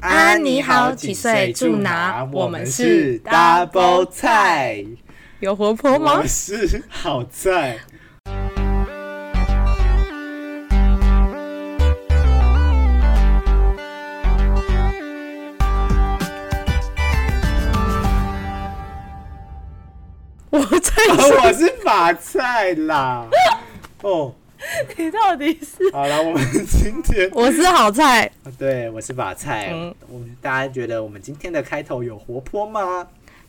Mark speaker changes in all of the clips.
Speaker 1: 安啊你好，几岁住哪？我们是 Double 菜，
Speaker 2: 有活泼
Speaker 1: 我
Speaker 2: 吗
Speaker 1: 们？是好 菜。
Speaker 2: 我在说
Speaker 1: 哦我是法菜啦。 哦，
Speaker 2: 你到底是？
Speaker 1: 好了，我们今 天哦
Speaker 2: 我是好菜，
Speaker 1: 对我是法菜。
Speaker 2: 嗯
Speaker 1: 我们大家觉得我们今天的开头有活泼吗？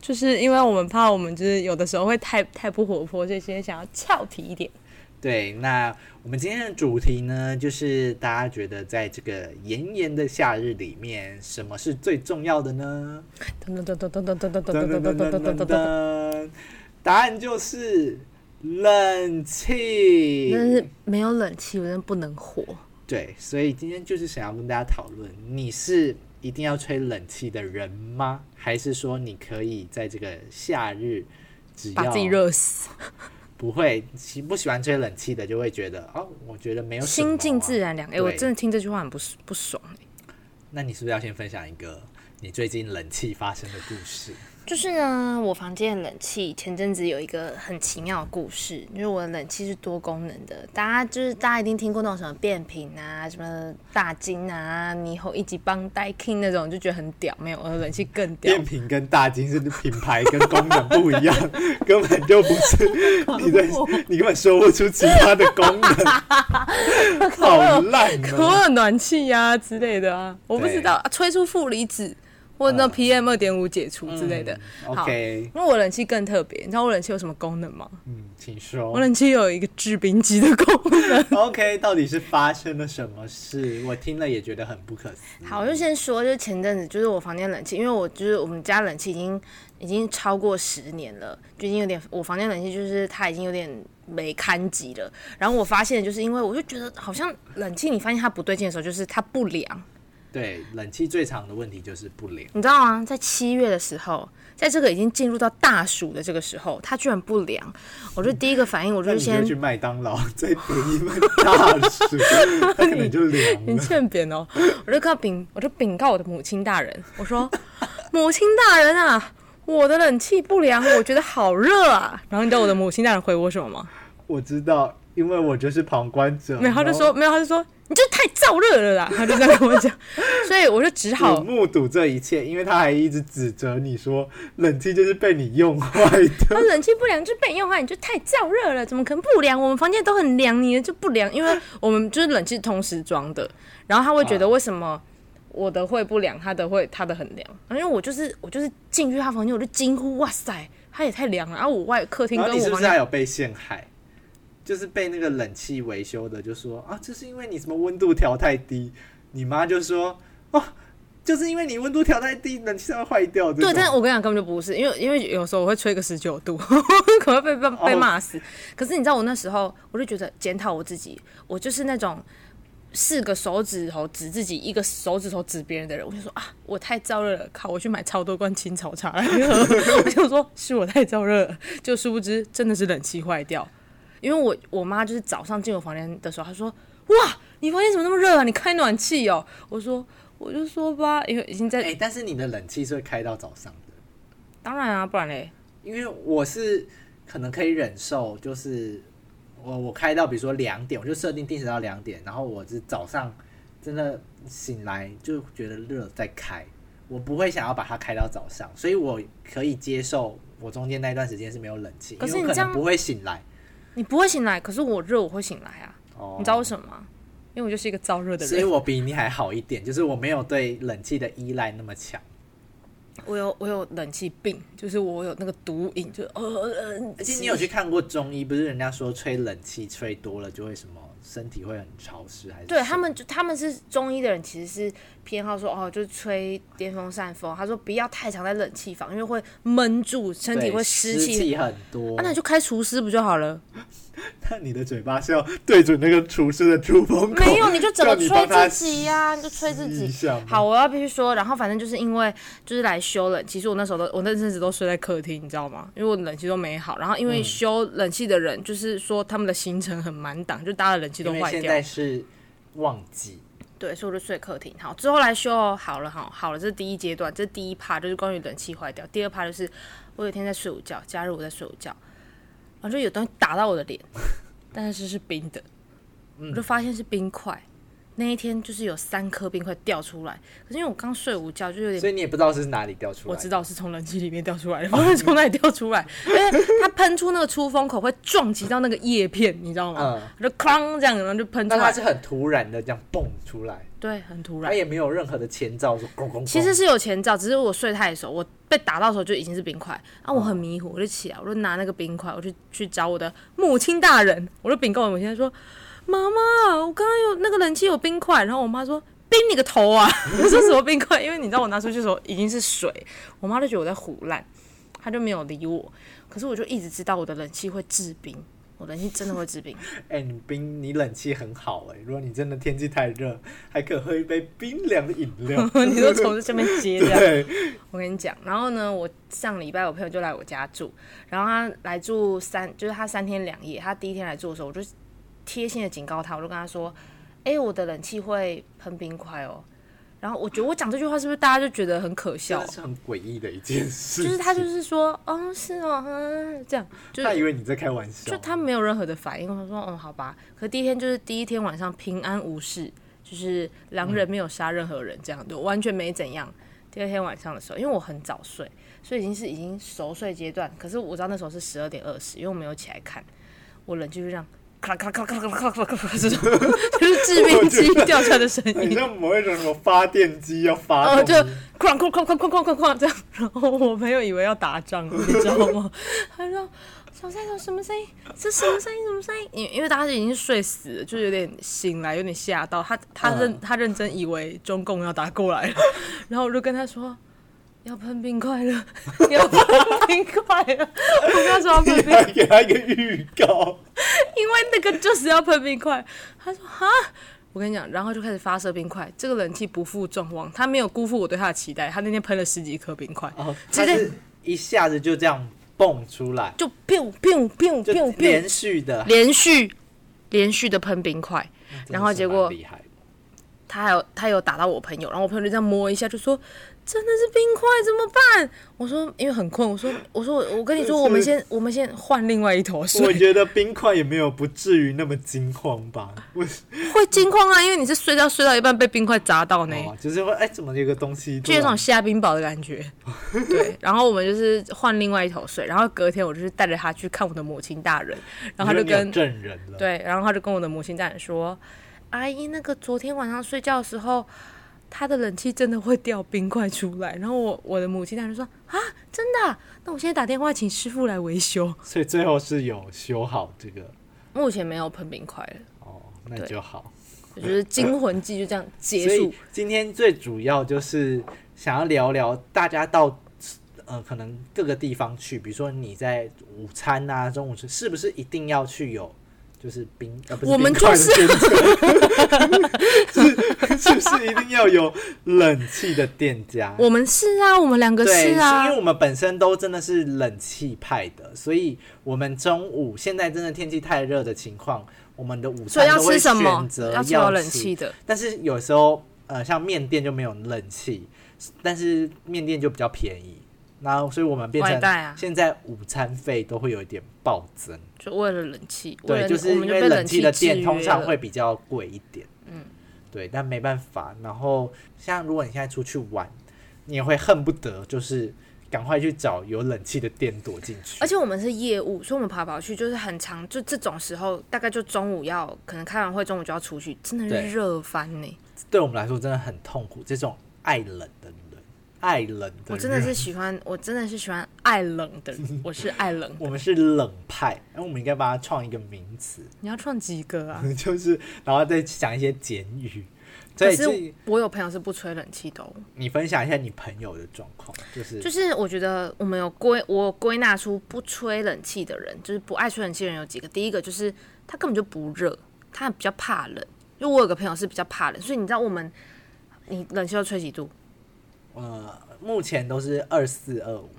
Speaker 2: 就是因为我们怕我们就是有的时候会太太不活泼，所以今天想要俏皮一点。
Speaker 1: 对，那我们今天的主题呢，就是大家觉得在这个炎炎的夏日里面，什么是最重要的呢？
Speaker 2: 噔噔噔噔噔噔噔噔
Speaker 1: 噔噔
Speaker 2: 噔
Speaker 1: 噔噔
Speaker 2: 噔噔
Speaker 1: 噔
Speaker 2: 噔
Speaker 1: 噔
Speaker 2: 噔噔。
Speaker 1: 噔，答案就是冷气。
Speaker 2: 但是没有冷气，我真的不能活。
Speaker 1: 对，所以今天就是想要跟大家讨论，你是一定要吹冷气的人吗？还是说你可以在这个夏日，只要
Speaker 2: 把自己热死，
Speaker 1: 不会喜不喜欢吹冷气的，就会觉得哦，我觉得没有什么啊
Speaker 2: 心静自。然凉。哎、
Speaker 1: 对
Speaker 2: 我真的听这句话很不不爽、
Speaker 1: 那你是不是要先分享一个你最近冷气发生的故事？
Speaker 2: 就是呢，我房间的冷气前阵子有一个很奇妙的故事，就是我的冷气是多功能的，大家就是大家一定听过那种什么变频啊、什么大金啊、猕猴一级棒、带 king 那种，就觉得很屌。没有，我的冷气更屌
Speaker 1: 电，瓶跟大金是品牌跟功能不一样，根本就不 是你的，你根本说不出其他的功能， 好烂
Speaker 2: 可
Speaker 1: 哦！
Speaker 2: 我有暖气啊之类的啊，我不知道、啊、吹出负离子或者那 PM 二点五解除之类的。
Speaker 1: 嗯
Speaker 2: 好
Speaker 1: OK，
Speaker 2: 那我冷气更特别，你知道我冷气有什么功能吗？
Speaker 1: 嗯，请说
Speaker 2: 我。冷气有一个制冰机的功能。
Speaker 1: OK，到底是发生了什么事？我听了也觉得很不可思议。
Speaker 2: 好，我就先说，就是前阵子就是我房间冷气，因为我就是我们家冷气已经已经超过十年了，就已经有点我房间冷气就是它已经有点没堪及了。然后我发现就是因为我就觉得好像冷气，你发现它不对劲的时候，就是它不凉，
Speaker 1: 对，冷气最常的问题就是不凉。
Speaker 2: 你知道吗？在七月的时候，在这个已经进入到大暑的这个时候，它居然不凉，我就第一个反应我就
Speaker 1: 那
Speaker 2: 是
Speaker 1: 你
Speaker 2: 先
Speaker 1: 就去麦当劳再点一份大薯，它可能就凉
Speaker 2: 你
Speaker 1: 了。
Speaker 2: 欠扁哦！我就告禀，我就禀告我的母亲大人，我说：“母亲大人啊，我的冷气不良，我觉得好热啊。”然后你知道我的母亲大人回我什么吗？
Speaker 1: 我知道，因为我就是旁观者。
Speaker 2: 没有，他就说没有，他就说你这太燥热了啦。他就这样跟我讲，所以我就 只
Speaker 1: 我
Speaker 2: 好。
Speaker 1: 目睹这一切，因为他还一直指责你说冷气就是被你用坏 的。
Speaker 2: 他冷气不良就被你用坏，你就太燥热了，怎么可能不凉？我们房间都很凉，你的就不凉，因为我们就是冷气同时装的。然后他会觉
Speaker 1: 啊
Speaker 2: 得为什么我的会不凉，他的会他的很凉，因为我就是我就是进去他房间我就惊呼哇塞，他也太凉了。然、后我外客厅
Speaker 1: 然
Speaker 2: 跟
Speaker 1: 后你
Speaker 2: 我
Speaker 1: 是不
Speaker 2: 房
Speaker 1: 是还
Speaker 2: 间，
Speaker 1: 有被陷害？就是被那个冷气维修的就说啊，这是因为你什么温度调太低。你妈就说哦，就是因为你温度调太低，冷气才会坏掉。这
Speaker 2: 对，但是
Speaker 1: 种
Speaker 2: 我跟你讲根本就不是，因为因为有时候我会吹个十九度， 可能会被被被骂死。可是你知道我那时候我就觉得检讨我自己，我就是那种。四个手指头指自己，一个手指头指别人的人，我就说啊，我太燥热了，靠！我去买超多罐青草茶来喝。 我就说是我太燥热了，就殊不知真的是冷气坏掉。因为我我妈就是早上进我房间的时候，她说哇，你房间怎么那么热啊？你开暖气哦。我说我就说吧，因为已经在、
Speaker 1: 哎、但是你的冷气是会开到早上的，
Speaker 2: 当然啊，不然嘞，
Speaker 1: 因为我是可能可以忍受，就是我我开到比如说两点，我就设定定时到两点，然后我是早上真的醒来就觉得热再开，我不会想要把它开到早上，所以我可以接受我中间那段时间是没有冷气，
Speaker 2: 可
Speaker 1: 因
Speaker 2: 是
Speaker 1: 为
Speaker 2: 你
Speaker 1: 我可
Speaker 2: 这样
Speaker 1: 能不会醒来。
Speaker 2: 你不会醒来，可是我热我会醒来啊。
Speaker 1: 哦
Speaker 2: 你知道为什么吗？因为我就是一个燥热的
Speaker 1: 所以
Speaker 2: 人。
Speaker 1: 我比你还好一点，就是我没有对冷气的依赖那么强。
Speaker 2: 我有我有冷气病，就是我有那个毒瘾，就呃呃。呃
Speaker 1: 而且你有去看过中医，不是人家说吹冷气吹多了就会什么身体会很潮湿，还是
Speaker 2: 对
Speaker 1: 什
Speaker 2: 他
Speaker 1: 么
Speaker 2: 们就他们是中医的人，其实是偏好说哦，就吹电风扇风。他说不要太常在冷气房，因为会闷住，身体
Speaker 1: 对
Speaker 2: 会
Speaker 1: 湿
Speaker 2: 湿气。
Speaker 1: 很多。
Speaker 2: 啊，那你就开除湿不就好了？
Speaker 1: 那你的嘴巴是要对准那个厨师的出风口，
Speaker 2: 没有，你就怎么
Speaker 1: 叫你帮
Speaker 2: 吹
Speaker 1: 他
Speaker 2: 自己呀、你就吹自
Speaker 1: 吸一
Speaker 2: 己。
Speaker 1: 下吗
Speaker 2: 好，，我要必须说，然后反正就是因为就是来修冷气，其实我那时候都我那阵子都睡在客厅，你知道吗？因为我冷气都没好，然后因为修冷气的人就是说他们的行程很满档，就大家的冷气
Speaker 1: 因
Speaker 2: 都
Speaker 1: 为
Speaker 2: 坏
Speaker 1: 现
Speaker 2: 掉
Speaker 1: 在。是旺季，
Speaker 2: 对，所以我就睡客厅。好，之后来修哦好了哈，好了，这是第一阶段，这是第一趴就是关于冷气坏掉。第二趴就是我有一天在睡午觉，假日我在睡午觉，然后就有东西打到我的脸，但是是冰的，我就发现是冰块。那一天就是有三颗冰块掉出来，可是因为我刚睡午觉，就有点
Speaker 1: 所以你也不知道是哪里掉出来
Speaker 2: 我
Speaker 1: 的。
Speaker 2: 知道是从冷气里面掉出来的， 不是从哪里掉出来， 因为它喷出那个出风口会撞击到那个叶片，你知道吗？
Speaker 1: 嗯
Speaker 2: 就哐这样，然后就喷出
Speaker 1: 但它
Speaker 2: 来
Speaker 1: 是，很突然的这样蹦出来，
Speaker 2: 对，很突
Speaker 1: 它
Speaker 2: 然。
Speaker 1: 也没有任何的前兆说咣咣咣。
Speaker 2: 其实是有前兆，只是我睡太熟，我被打到的时候就已经是冰块，啊，我很迷糊，我就起来，我就拿那个冰块，我就去找我的母亲大人，我就禀告我母亲说：“妈妈，我刚刚有那个冷气有冰块。”然后我妈说。冰你个头啊！ 我说什么冰块？因为你知道我拿出去的时候已经是水，我妈就觉得我在胡乱，她就没有理我。可是我就一直知道我的冷气会制冰，我冷气真的会制冰。
Speaker 1: 哎、你冰你冷气很好哎、如果你真的天气太热，还可以喝一杯冰凉的饮 料。
Speaker 2: 你说从这上面接这样，
Speaker 1: 对，
Speaker 2: 我跟你讲，然后呢，我上礼拜我朋友就来我家住，然后他来住三，就是他三天两夜。他第一天来住的时候，我就贴心的警告他，我就跟他说：“哎、我的冷气会喷冰块哦。”然后我觉得我讲这句话是不是大家就觉得很可
Speaker 1: 真
Speaker 2: 笑
Speaker 1: 的？是很诡异的一件事
Speaker 2: 就
Speaker 1: 情。
Speaker 2: 是他就是说：“嗯，是哦，嗯，这样。”就是
Speaker 1: 他以为你在开玩笑，
Speaker 2: 就他没有任何的反应，我说哦好吧。可第一天就是第一天晚上平安无事，就是狼人没有杀任何人，这样就完全没怎样。第二天晚上的时候，因为我很早睡，所以已经是已经熟睡阶段。可是我知道那时候是十二点二十，因为我没有起来看，我冷气就这样咔啦咔啦咔啦咔啦咔啦咔啦咔啦这种，就是致命机 掉下的声
Speaker 1: 很
Speaker 2: 音。
Speaker 1: 像某一种什么发电机要发
Speaker 2: 哦，就
Speaker 1: 动，
Speaker 2: 哐哐哐哐哐哐哐哐这样，然后我朋友以为要打仗，你知道吗？他说：“小三有什么声音？这什么声音？什么声音？”因因为大家已经睡死了，就有点醒来，有点吓到。他他认、
Speaker 1: 嗯
Speaker 2: 他认真以为中共要打过来了，然后我就跟他说。要喷冰块了， 要喷冰块了！我跟他说要喷
Speaker 1: 你
Speaker 2: 冰
Speaker 1: 还给他一个预告，
Speaker 2: 因为那个就是要 喷冰块。他说哈，我跟你讲，然后就开始发射冰块。这个冷气不负众望，他没有辜负我对他的期待。他那天喷了十几颗冰块，
Speaker 1: 哦，
Speaker 2: 直
Speaker 1: 他
Speaker 2: 接
Speaker 1: 是一下子就这样蹦出来，
Speaker 2: 就 biu biu biu
Speaker 1: 就
Speaker 2: biu biu
Speaker 1: 连续的，
Speaker 2: 连续连续的喷冰块。
Speaker 1: 真的是
Speaker 2: 然后结果
Speaker 1: 蛮厉害的。
Speaker 2: 他还有他有打到我朋友，然后我朋友就这样摸一下，就说真的是冰块怎么办？我说因为很困，我说我说我我跟你说，我们先我们先换另外一头
Speaker 1: 我
Speaker 2: 睡，
Speaker 1: 觉得冰块也没有不至于那么惊慌吧，为什
Speaker 2: 会惊慌啊，因为你是睡到睡到一半被冰块砸到呢。
Speaker 1: 么啊？就是会哎，怎么有个东西突
Speaker 2: 就有
Speaker 1: 然？
Speaker 2: 一种下冰雹的感觉。对，然后我们就是换另外一头睡，然后隔天我就是带着他去看我的母亲大人，然后他就
Speaker 1: 你说你有
Speaker 2: 跟
Speaker 1: 证人了，
Speaker 2: 对，然后他就跟我的母亲大人说：“阿姨，那个昨天晚上睡觉的时候，他的冷气真的会掉冰块出来。”然后我我的母亲大人说：“啊，真的啊、那我现在打电话请师傅来维修。
Speaker 1: 所以最后是有修好这个
Speaker 2: 目前没有喷冰块了，
Speaker 1: 哦，那
Speaker 2: 对
Speaker 1: 就好。
Speaker 2: 我觉得惊魂记就这样
Speaker 1: 所
Speaker 2: 结束
Speaker 1: 以。今天最主要就是想要聊聊大家到呃可能各个地方去，比如说你在午餐啊、中午吃，是不是一定要去有就是冰呃不是
Speaker 2: 我们
Speaker 1: 冰块的
Speaker 2: 就是
Speaker 1: 店家 是是不是一定要有冷气的店家？
Speaker 2: 我们是啊，我们两个
Speaker 1: 对，
Speaker 2: 是啊
Speaker 1: 因为，我们本身都真的是冷气派的，所以我们中午现在真的天气太热的情况，我们的午
Speaker 2: 所以
Speaker 1: 餐
Speaker 2: 要
Speaker 1: 都会
Speaker 2: 吃什么
Speaker 1: 选？择
Speaker 2: 要吃有
Speaker 1: 要
Speaker 2: 冷
Speaker 1: 吃
Speaker 2: 气的。
Speaker 1: 但是有时候呃，像面店就没有冷气，但是面店就比较便宜，那所以我们变
Speaker 2: 外带啊
Speaker 1: 成现在午餐费都会有一点暴增，
Speaker 2: 就为了冷气，为
Speaker 1: 对，
Speaker 2: 了
Speaker 1: 就是
Speaker 2: 我
Speaker 1: 因
Speaker 2: 们就
Speaker 1: 为
Speaker 2: 被
Speaker 1: 冷
Speaker 2: 气
Speaker 1: 气的店
Speaker 2: 制约
Speaker 1: 通常
Speaker 2: 了
Speaker 1: 会比较贵一点，嗯，对，但没办法。然后像如果你现在出去玩，你也会恨不得就是赶快去找有冷气的店躲进去，
Speaker 2: 而且我们是业务，所以我们跑来跑去就是很长，就这种时候大概就中午要，可能开完会中午就要出去，真的
Speaker 1: 对
Speaker 2: 是热翻呢。
Speaker 1: 对我们来说真的很痛苦。这种爱冷的人，爱冷的人，
Speaker 2: 我真的是喜欢，我真的是喜欢爱冷的人，我是爱 冷的。
Speaker 1: 我们是冷派，那我们应该帮他创一个名词。
Speaker 2: 你要创几个啊？
Speaker 1: 就是然后再想一些简语。所
Speaker 2: 可
Speaker 1: 以
Speaker 2: 是
Speaker 1: 这
Speaker 2: 我有朋友是不吹冷气的、哦，
Speaker 1: 你分享一下你朋友的状况，就是
Speaker 2: 就是我觉得我们有归我有归纳出不吹冷气的人，就是不爱吹冷气的人有几个。第一个就是他根本就不热，他比较怕冷。就我有个朋友是比较怕冷，所以你知道我们，你冷气要吹几度？
Speaker 1: 呃，目前都是二四二五，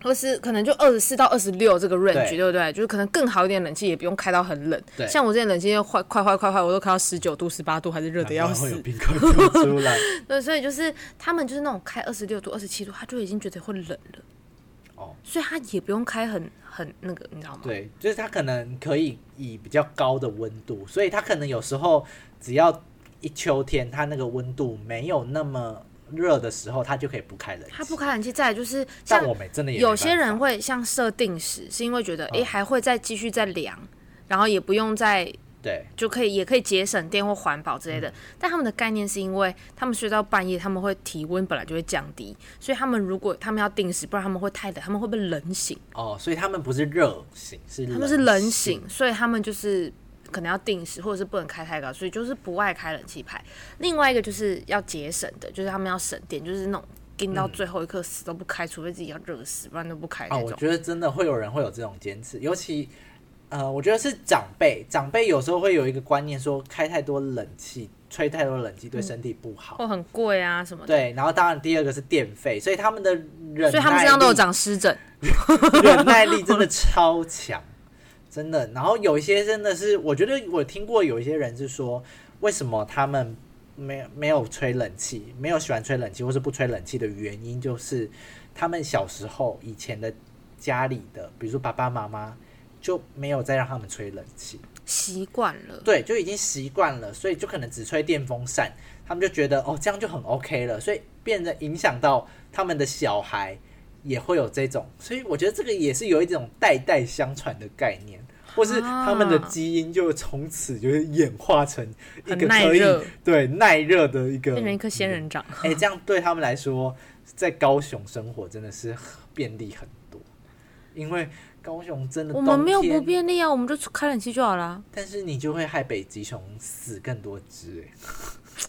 Speaker 2: 或是可能就二十四到二十六这个 range，
Speaker 1: 对
Speaker 2: 对不对？就是可能更好一点的冷气也不用开到很冷
Speaker 1: 对。
Speaker 2: 像我之前冷气又坏快坏快坏，我都开到十九度、十八度，还是热的要
Speaker 1: 难怪会有
Speaker 2: 死。
Speaker 1: 冰块跳出来。
Speaker 2: 对，所以就是他们就是那种开二十六度、二十七度，他就已经觉得会冷了。
Speaker 1: 哦，
Speaker 2: 所以他也不用开很很那个，你知道吗？
Speaker 1: 对，就是它可能可以以比较高的温度，所以它可能有时候只要一秋天，它那个温度没有那么热的时候，它就可以不开冷气。
Speaker 2: 他不，开冷气，再来就是像
Speaker 1: 但我们真的也没
Speaker 2: 有些
Speaker 1: 办法嗯
Speaker 2: 人会像设定时，是因为觉得诶还会再继续再凉，然后也不用再
Speaker 1: 对
Speaker 2: 就可以也可以节省电或环保之类的。
Speaker 1: 嗯
Speaker 2: 但他们的概念是因为他们睡到半夜，他们会体温本来就会降低，所以他们如果他们要定时，不然他们会太冷，他们会被冷醒，
Speaker 1: 哦，所以他们不是热醒，是
Speaker 2: 他们是冷醒，所以他们就是。可能要定时，或者是不能开太高，所以就是不爱开冷气牌。另外一个就是要节省的，就是他们要省电，就是那种盯到最后一刻死都不开，除非自己要热死，不然都不开
Speaker 1: 啊、
Speaker 2: 那
Speaker 1: 我
Speaker 2: 种。
Speaker 1: 觉得真的会有人会有这种坚持，尤其呃，我觉得是长辈，长辈有时候会有一个观念说，开太多冷气，吹太多冷气
Speaker 2: 嗯
Speaker 1: 对身体不好。
Speaker 2: 或很贵啊什么的，
Speaker 1: 对，然后当然第二个是电费，所以他们的忍
Speaker 2: 所以他们身
Speaker 1: 耐
Speaker 2: 上都有
Speaker 1: 力
Speaker 2: 长湿疹。
Speaker 1: 忍耐力真的超强，真的。然后有一些真的是，我觉得我听过有一些人是说，为什么他们没没有吹冷气，没有喜欢吹冷气，或是不吹冷气的原因，就是他们小时候以前的家里的，比如说爸爸妈妈。就没有再让他们吹冷气，
Speaker 2: 习惯了。
Speaker 1: 对，就已经习惯了，所以就可能只吹电风扇，他们就觉得哦这样就很 OK 了，所以变得影响到他们的小孩也会有这种，所以我觉得这个也是有一种代代相传的概念，或是他们的
Speaker 2: 啊
Speaker 1: 基因就从此就是演化成一个
Speaker 2: 很耐
Speaker 1: 可以
Speaker 2: 热
Speaker 1: 对耐热的一个
Speaker 2: 变成一颗仙人掌，
Speaker 1: 哎、这样对他们来说，在高雄生活真的是便利很多，因为高雄真的
Speaker 2: 我们没有
Speaker 1: 冬
Speaker 2: 不
Speaker 1: 天
Speaker 2: 便利啊，我们就开冷气就好啦。
Speaker 1: 但是你就会害北极熊死更多只、哎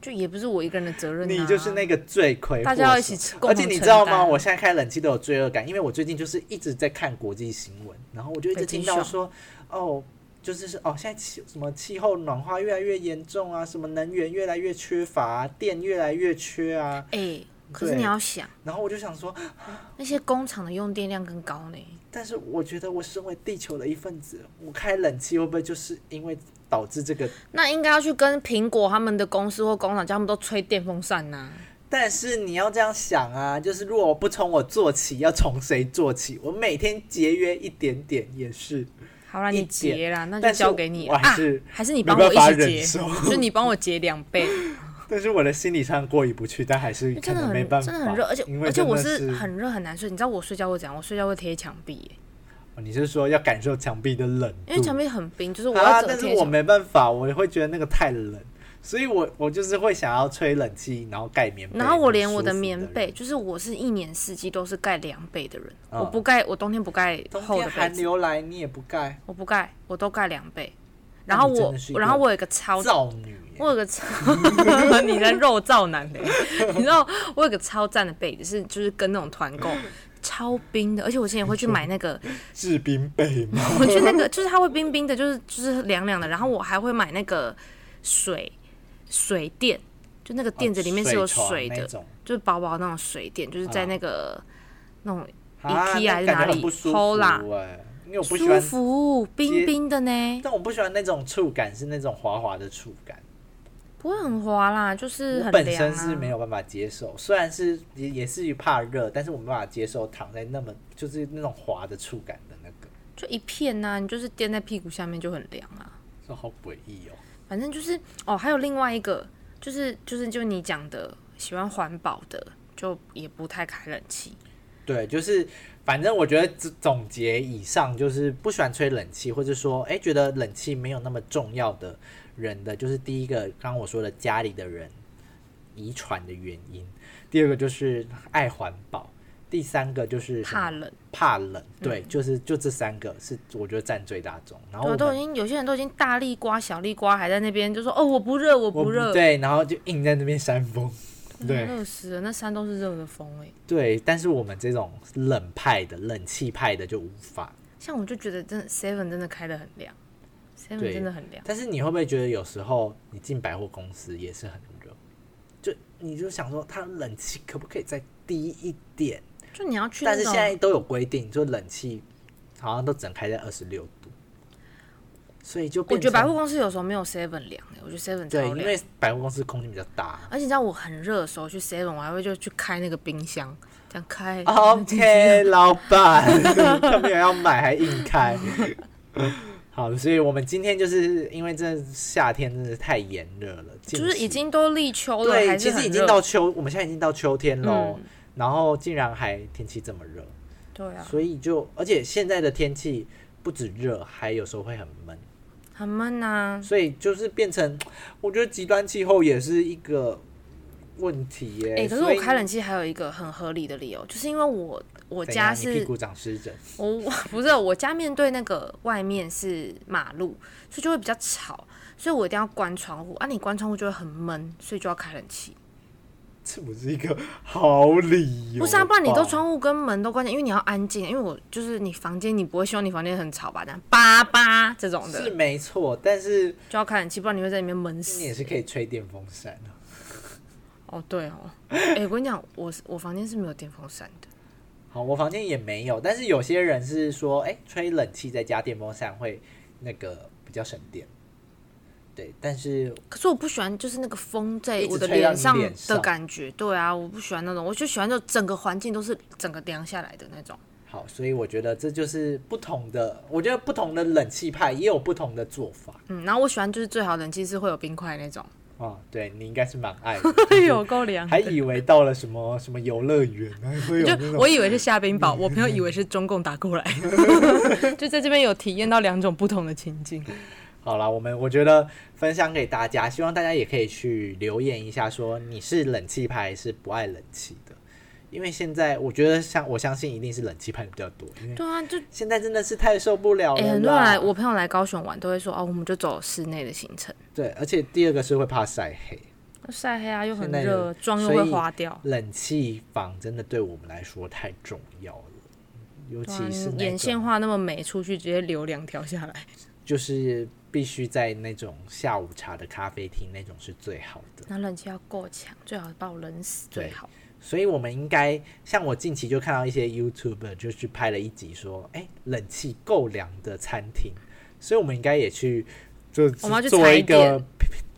Speaker 2: 就也不是我一个人的责任、啊。
Speaker 1: 你就是那个罪魁祸首，
Speaker 2: 大家要一起吃共
Speaker 1: 而
Speaker 2: 同
Speaker 1: 且你知道
Speaker 2: 承
Speaker 1: 吗？
Speaker 2: 担
Speaker 1: 我现在开冷气都有罪恶感，因为我最近就是一直在看国际新闻，然后我就一直听到
Speaker 2: 北极
Speaker 1: 说，哦，就是是哦，现在气什么气候暖化越来越严重啊，什么能源越来越缺乏啊、电越来越缺啊，
Speaker 2: 哎、可是
Speaker 1: 对
Speaker 2: 你要想，
Speaker 1: 然后我就想说，
Speaker 2: 那些工厂的用电量更高呢。
Speaker 1: 但是我觉得我身为地球的一份子，我开冷气会不会就是因为导致这个？
Speaker 2: 那应该要去跟苹果他们的公司或工厂，叫他们都吹电风扇呐、
Speaker 1: 但是你要这样想啊，就是如果我不从我做起，要从谁做起？我每天节约一点点也是。
Speaker 2: 好啦，
Speaker 1: 一
Speaker 2: 你结啦，那就
Speaker 1: 但是
Speaker 2: 交给你
Speaker 1: 我
Speaker 2: 了
Speaker 1: 还
Speaker 2: 啊
Speaker 1: 是，
Speaker 2: 还是你
Speaker 1: 没
Speaker 2: 帮
Speaker 1: 办
Speaker 2: 我一
Speaker 1: 法
Speaker 2: 起
Speaker 1: 忍
Speaker 2: 结，
Speaker 1: 受
Speaker 2: 就你帮我结两 倍。
Speaker 1: 但是我的心理上过意不去，但还是可
Speaker 2: 哎真的
Speaker 1: 能没
Speaker 2: 很
Speaker 1: 办法，
Speaker 2: 真的很热，而且
Speaker 1: 因为
Speaker 2: 而且我
Speaker 1: 真的
Speaker 2: 是
Speaker 1: 是
Speaker 2: 很热很难睡。你知道我睡觉会怎样？我睡觉会贴墙壁耶、
Speaker 1: 哦你是说要感受墙壁的冷度？
Speaker 2: 因为墙壁很冰，就是我
Speaker 1: 啊，
Speaker 2: 要整
Speaker 1: 但
Speaker 2: 个
Speaker 1: 是
Speaker 2: 贴
Speaker 1: 我
Speaker 2: 墙
Speaker 1: 没办法，我会觉得那个太冷，所以我我就是会想要吹冷气，然后盖棉被，
Speaker 2: 然后我
Speaker 1: 很
Speaker 2: 连我
Speaker 1: 舒
Speaker 2: 的
Speaker 1: 服
Speaker 2: 棉
Speaker 1: 人
Speaker 2: 被，就是我是一年四季都是盖凉被的人，
Speaker 1: 嗯
Speaker 2: 我不盖，我冬天不盖
Speaker 1: 冬
Speaker 2: 厚
Speaker 1: 天
Speaker 2: 的被
Speaker 1: 寒
Speaker 2: 子，
Speaker 1: 流来你也不盖，
Speaker 2: 我不盖，我都盖凉被。
Speaker 1: 那
Speaker 2: 然后
Speaker 1: 你真
Speaker 2: 我
Speaker 1: 的是一，
Speaker 2: 然后
Speaker 1: 个
Speaker 2: 我有一个超，
Speaker 1: 造女耶
Speaker 2: 我有个超， 你在肉燥男的，你知道我有个超赞的被子，是就是跟那种团购超冰的，而且我之前会去买那个，
Speaker 1: 制冰被吗？
Speaker 2: 我去那个就是它会冰冰的，就是就是凉凉的，然后我还会买那个水水垫，就那个 垫子里面是有
Speaker 1: 哦床
Speaker 2: 水的
Speaker 1: 那，种
Speaker 2: 就是薄薄那种水垫，就是在
Speaker 1: 嗯
Speaker 2: 那个、那种
Speaker 1: 啊，
Speaker 2: IKEA 还
Speaker 1: 那
Speaker 2: 是
Speaker 1: 感
Speaker 2: 哪
Speaker 1: 觉很
Speaker 2: 里
Speaker 1: 不舒服
Speaker 2: Hola
Speaker 1: 哎，因为我不喜
Speaker 2: 舒
Speaker 1: 欢，
Speaker 2: 服冰冰的呢，
Speaker 1: 但我不喜欢那种触感，是那种滑滑的触感。
Speaker 2: 不会很滑啦，就是
Speaker 1: 我
Speaker 2: 很
Speaker 1: 本
Speaker 2: 凉
Speaker 1: 身
Speaker 2: 啊
Speaker 1: 是。没有办法接受，虽然是也也是怕热，但是我没办法接受躺在那么就是那种滑的触感的那个，
Speaker 2: 就一片呐、你就是垫在屁股下面就很凉啊。
Speaker 1: 这好诡异哦。
Speaker 2: 反正就是哦，还有另外一个就是就是就你讲的喜欢环保的，就也不太开冷气。
Speaker 1: 对，就是反正我觉得总总结以上就是不喜欢吹冷气，或者说哎觉得冷气没有那么重要的人的，就是第一个刚刚我说的家里的人遗传的原因，第二个就是爱环保，第三个就是什么
Speaker 2: 怕冷嗯
Speaker 1: 怕冷，对，就是就这三个是我觉得占最大众。然后
Speaker 2: 对啊，
Speaker 1: 我
Speaker 2: 都
Speaker 1: 们
Speaker 2: 已经有些人都已经大力刮、小力刮，还在那边就说哦，我不热，我
Speaker 1: 我
Speaker 2: 不热，嗯
Speaker 1: 对，然后就硬在那边扇风，对
Speaker 2: 热死了。那山都是热的风哎、
Speaker 1: 对，但是我们这种冷派的、冷气派的就无法。
Speaker 2: 像我就觉得真的 Seven 真的开的很凉
Speaker 1: 对
Speaker 2: ，Seven 真的很凉。
Speaker 1: 但是你会不会觉得有时候你进百货公司也是很热，就你就想说它冷气可不可以再低一点？
Speaker 2: 就你要去那
Speaker 1: 但
Speaker 2: 种，
Speaker 1: 是现在都有规定，就冷气好像都只能开在二十六度，所以就
Speaker 2: 我
Speaker 1: 变
Speaker 2: 觉得百货
Speaker 1: 成
Speaker 2: 公司欸有时候没有 Seven 凉的，我觉得 Seven
Speaker 1: 对，
Speaker 2: 超
Speaker 1: 因
Speaker 2: 凉。
Speaker 1: 为百货公司空间比较大。
Speaker 2: 而且你知道我很热的时候去 Seven，我还会就去开那个冰箱，这样开。
Speaker 1: 哦 OK，老板， 他没有要买还硬开。 好，所以我们今天就是因为这夏天真的是太炎热了，
Speaker 2: 就
Speaker 1: 近
Speaker 2: 是
Speaker 1: 期
Speaker 2: 已经都立秋了，
Speaker 1: 对，
Speaker 2: 还
Speaker 1: 其
Speaker 2: 是
Speaker 1: 实
Speaker 2: 很
Speaker 1: 已经
Speaker 2: 热
Speaker 1: 到秋，我们现在已经到秋天喽，
Speaker 2: 嗯
Speaker 1: 然后竟然还天气这么热，
Speaker 2: 对啊，
Speaker 1: 所以就而且现在的天气不止热，还有时候会很闷，
Speaker 2: 很闷啊呐、
Speaker 1: 所以就是变成我觉得极端气候也是一个问题耶。
Speaker 2: 哎、可是
Speaker 1: 所以
Speaker 2: 我开冷气还有一个很合理的理由，就是因为我我
Speaker 1: 怎
Speaker 2: 家
Speaker 1: 样你屁
Speaker 2: 是
Speaker 1: 股长湿疹，
Speaker 2: 我我 不是我家面对那个外面是马路，所以就会比较吵，所以我一定要关窗户啊。你关窗户就会很闷，所以就要开冷气。
Speaker 1: 这不是一个好理由吧？哦
Speaker 2: 不是啊，不然你都窗户跟门都关起来，因为你要安静。啊因为我就是你房间，你不会希望你房间很吵吧？这样叭叭这种
Speaker 1: 是
Speaker 2: 的
Speaker 1: 没错，但是
Speaker 2: 就要开冷气，不然你会在里面闷
Speaker 1: 你也
Speaker 2: 死。
Speaker 1: 是可以吹电风扇啊。
Speaker 2: 哦，对哦，哎、我跟你讲，我是我房间是没有电风扇的。
Speaker 1: 好，我房间也没有，但是有些人是说，哎、吹冷气再加电风扇会那个比较省电。对，但是
Speaker 2: 可是我不喜欢，就是那个风在
Speaker 1: 一直
Speaker 2: 我的
Speaker 1: 吹到
Speaker 2: 脸
Speaker 1: 你
Speaker 2: 上
Speaker 1: 脸
Speaker 2: 的
Speaker 1: 上
Speaker 2: 感觉。对啊，我不喜欢那种，我就喜欢就整个环境都是整个凉下来的那种。
Speaker 1: 好，所以我觉得这就是不同的，我觉得不同的冷气派也有不同的做法
Speaker 2: 嗯，然后我喜欢就是最好冷气是会有冰块那种，
Speaker 1: 啊、对你应该是蛮爱的，
Speaker 2: 有够凉
Speaker 1: 还以为到了什么什么游乐园啊，会有嗯
Speaker 2: 就
Speaker 1: 那种
Speaker 2: 我以为是虾冰雹，我朋友以为是中共打 过来，就在这边有体验到两种不同的情境。
Speaker 1: 好啦，我们我觉得分享给大家，希望大家也可以去留言一下，说你是冷气派还是不爱冷气的？因为现在我觉得像我相信一定是冷气派的比较多，因为
Speaker 2: 对啊，就
Speaker 1: 现在真的是太受不了了
Speaker 2: 哎、
Speaker 1: 啦、
Speaker 2: 很多人来，我朋友来高雄玩都会说哦，我们就走室内的行程，
Speaker 1: 对，而且第二个是会怕晒黑，
Speaker 2: 晒黑啊，又很
Speaker 1: 现在
Speaker 2: 热，
Speaker 1: 有
Speaker 2: 妆又会花掉。
Speaker 1: 冷气房真的对我们来说太重要了，尤
Speaker 2: 对
Speaker 1: 其是那
Speaker 2: 啊你
Speaker 1: 种
Speaker 2: 眼线画那么美，出去直接流两条下来。
Speaker 1: 就是必须在那种下午茶的咖啡厅那种是最好的。
Speaker 2: 那冷气要够强，最好把我冷死
Speaker 1: 对
Speaker 2: 最好。
Speaker 1: 所以我们应该像我近期就看到一些 YouTuber 就去拍了一集说，哎、冷气够凉的餐厅，所以我们应该也去就
Speaker 2: 我们要去
Speaker 1: 做
Speaker 2: 踩
Speaker 1: 一个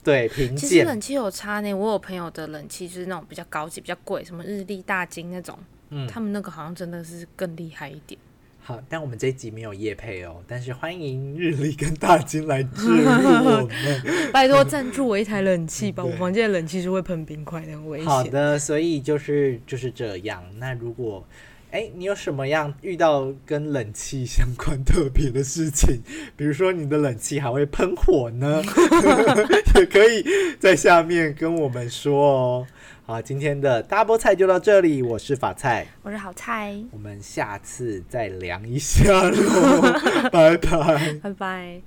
Speaker 1: 对评
Speaker 2: 其实
Speaker 1: 鉴，
Speaker 2: 冷气有差呢，我有朋友的冷气就是那种比较高级、比较贵，什么日立大金那种，
Speaker 1: 嗯
Speaker 2: 他们那个好像真的是更厉害一点。
Speaker 1: 好，但我们这一集没有夜配哦，但是欢迎日历跟大金来置入我们。
Speaker 2: 拜托赞助我一台冷气吧，我房间的冷气是会喷冰块的，很 危
Speaker 1: 嗯好
Speaker 2: 险。
Speaker 1: 的，所以就是就是这样。那如果哎、你有什么样遇到跟冷气相关特别的事情？比如说你的冷气还会喷火呢， 也可以在下面跟我们说哦。好，今天的大菠菜就到这里，我是法菜，
Speaker 2: 我是好菜，
Speaker 1: 我们下次再量一下喽，拜拜。
Speaker 2: 拜拜。